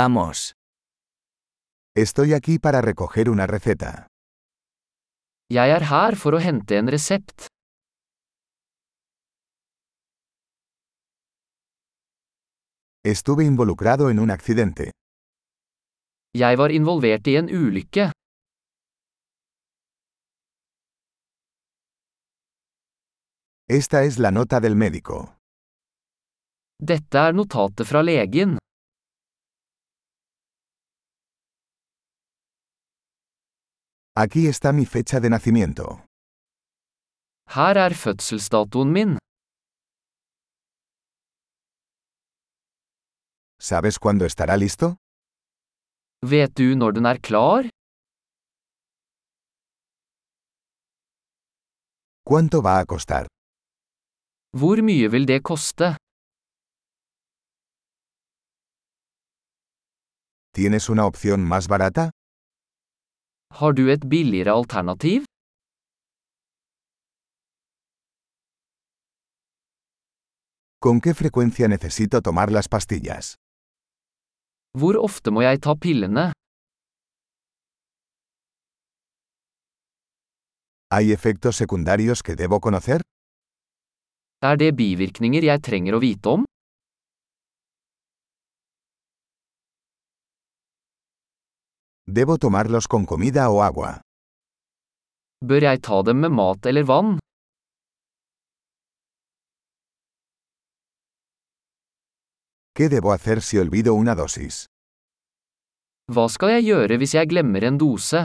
Vamos. Estoy aquí para recoger una receta. Jeg er her for å hente en resept. Estuve involucrado en un accidente. Jeg var involvert i en ulykke. Esta es la nota del médico. Dette er notatet fra legen. Aquí está mi fecha de nacimiento. Her er fødselsdatoen min. ¿Sabes cuándo estará listo? Vet du når den er klar? ¿Cuánto va a costar? Hvor mye vil det koste? ¿Tienes una opción más barata? Har du et billigere alternativ? ¿Con qué frecuencia necesito tomar las pastillas? Hvor ofte må jeg ta pillene? ¿Hay efectos secundarios que debo conocer? Er det bivirkninger jeg trenger å vite om? ¿Debo tomarlos con comida o agua? Bør jeg ta dem med mat eller vann? ¿Qué debo hacer si olvido una dosis? Hva skal jeg gjøre hvis jeg glemmer en dose?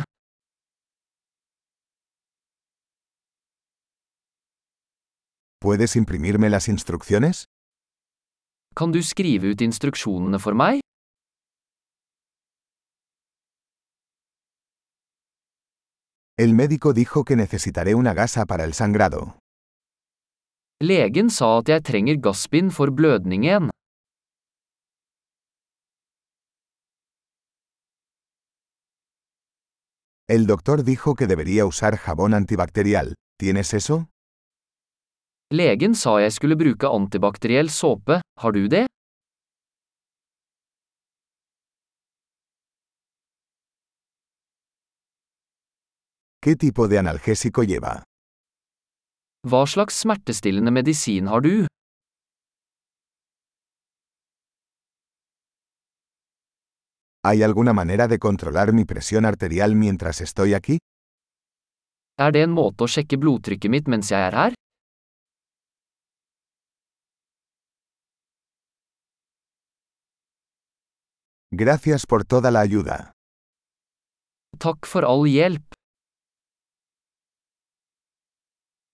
¿Puedes imprimirme las instrucciones? Kan du skrive ut instruksjonene for meg? El médico dijo que necesitaré una gasa para el sangrado. Legen sa at jeg trenger gassbind for blødningen. El doctor dijo que debería usar jabón antibacterial. ¿Tienes eso? Legen sa jeg skulle bruke antibakteriell såpe, har du det? ¿Qué tipo de analgésico lleva? Hva slags smertestillende medisin har du? ¿Hay alguna manera de controlar mi presión arterial mientras estoy aquí? Er det en måte å sjekke blodtrykket mitt mens jeg er her? Gracias por toda la ayuda. Takk for all hjelp.